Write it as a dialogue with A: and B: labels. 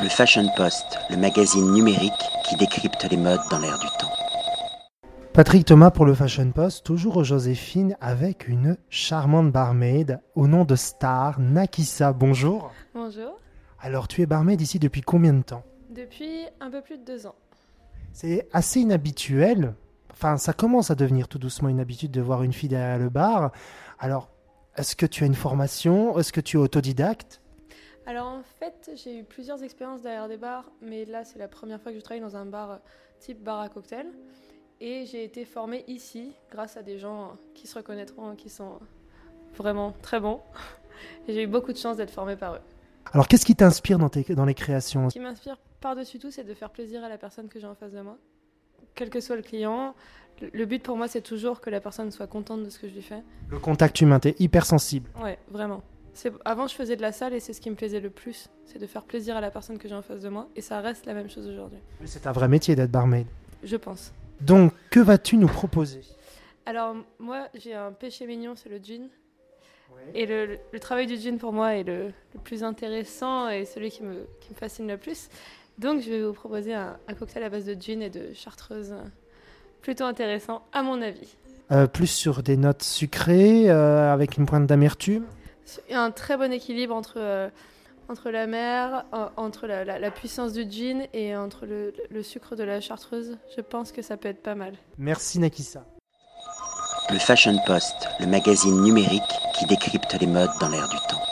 A: Le Fashion Post, le magazine numérique qui décrypte les modes dans l'air du temps.
B: Patrick Thomas pour le Fashion Post, toujours aux Joséphine avec une charmante barmaid au nom de Star, Nakissa. Bonjour.
C: Bonjour.
B: Alors, tu es barmaid ici depuis combien de temps
C: Depuis un peu plus de deux ans.
B: C'est assez inhabituel. Enfin, ça commence à devenir tout doucement une habitude de voir une fille derrière le bar. Alors, est-ce que tu as une formation Est-ce que tu es autodidacte
C: Alors en fait, j'ai eu plusieurs expériences derrière des bars, mais là c'est la première fois que je travaille dans un bar euh, type bar à cocktail. Et j'ai été formée ici grâce à des gens euh, qui se reconnaîtront, hein, qui sont euh, vraiment très bons. Et j'ai eu beaucoup de chance d'être formée par eux.
B: Alors, qu'est-ce qui t'inspire dans, tes- dans les créations
C: Ce qui m'inspire par-dessus tout, c'est de faire plaisir à la personne que j'ai en face de moi. Quel que soit le client, le- le but pour moi c'est toujours que la personne soit contente de ce que je lui fais.
B: Le contact humain, t'es hypersensible.
C: Ouais, vraiment. C'est- Avant, je faisais de la salle et c'est ce qui me plaisait le plus, c'est de faire plaisir à la personne que j'ai en face de moi. Et ça reste la même chose aujourd'hui,
B: Mais C'est un vrai métier d'être barmaid.
C: je pense.
B: Donc, que vas-tu nous proposer
C: Alors, moi, j'ai un péché mignon, c'est le jean. Et le, le- le travail du jean pour moi est le, le plus intéressant et celui qui me, qui me fascine le plus. Donc, je vais vous proposer un, un cocktail à base de jean et de chartreuse euh, plutôt intéressant, à mon avis.
B: Euh, Plus sur des notes sucrées, euh, avec une pointe d'amertume.
C: Il y a un très bon équilibre entre, euh, entre la mer, euh, entre la, la- la puissance du gin et entre le, le sucre de la chartreuse. Je pense que ça peut être pas mal.
B: Merci Nakissa.
A: Le Fashion Post, le magazine numérique qui décrypte les modes dans l'air du temps.